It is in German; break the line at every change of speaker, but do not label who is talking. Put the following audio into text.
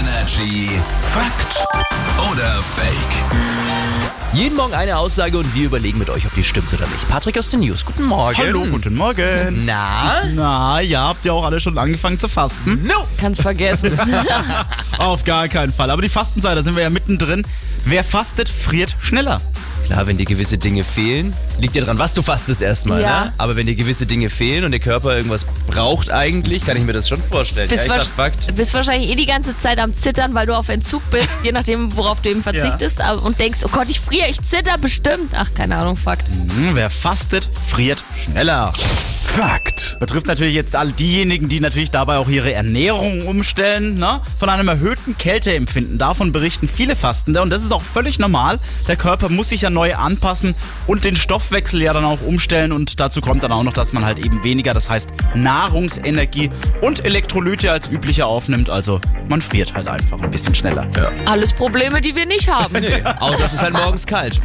Energy Fakt oder Fake?
Jeden Morgen eine Aussage und wir überlegen mit euch, ob die stimmt oder nicht. Patrick aus den News, guten Morgen.
Hallo, guten Morgen.
Na?
Na, ja, habt ihr auch alle schon angefangen zu fasten?
No!
Kannst vergessen.
Auf gar keinen Fall. Aber die Fastenzeit, da sind wir ja mittendrin. Wer fastet, friert schneller.
Klar, wenn dir gewisse Dinge fehlen, liegt ja dran, was du fastest erstmal,
Ja.
ne? Aber wenn dir gewisse Dinge fehlen und der Körper irgendwas braucht eigentlich, kann ich mir das schon vorstellen.
Bist,
ja, ich
wahrsch-
sag Fakt.
bist wahrscheinlich eh die ganze Zeit am Zittern, weil du auf Entzug bist, je nachdem, worauf du eben verzichtest. aber- Und denkst, oh Gott, ich friere, ich zitter bestimmt. Ach, keine Ahnung, Fakt.
Hm, wer fastet, friert schneller.
Fakt.
Betrifft natürlich jetzt all diejenigen, die natürlich dabei auch ihre Ernährung umstellen, ne? Von einem erhöhten Kälteempfinden. Davon berichten viele Fastende und das ist auch völlig normal. Der Körper muss sich ja neu anpassen und den Stoffwechsel ja dann auch umstellen und dazu kommt dann auch noch, dass man halt eben weniger, das heißt Nahrungsenergie und Elektrolyte als üblicher aufnimmt. Also man friert halt einfach ein bisschen schneller.
Alles Probleme, die wir nicht haben.
Ah.
Außer es ist halt morgens kalt.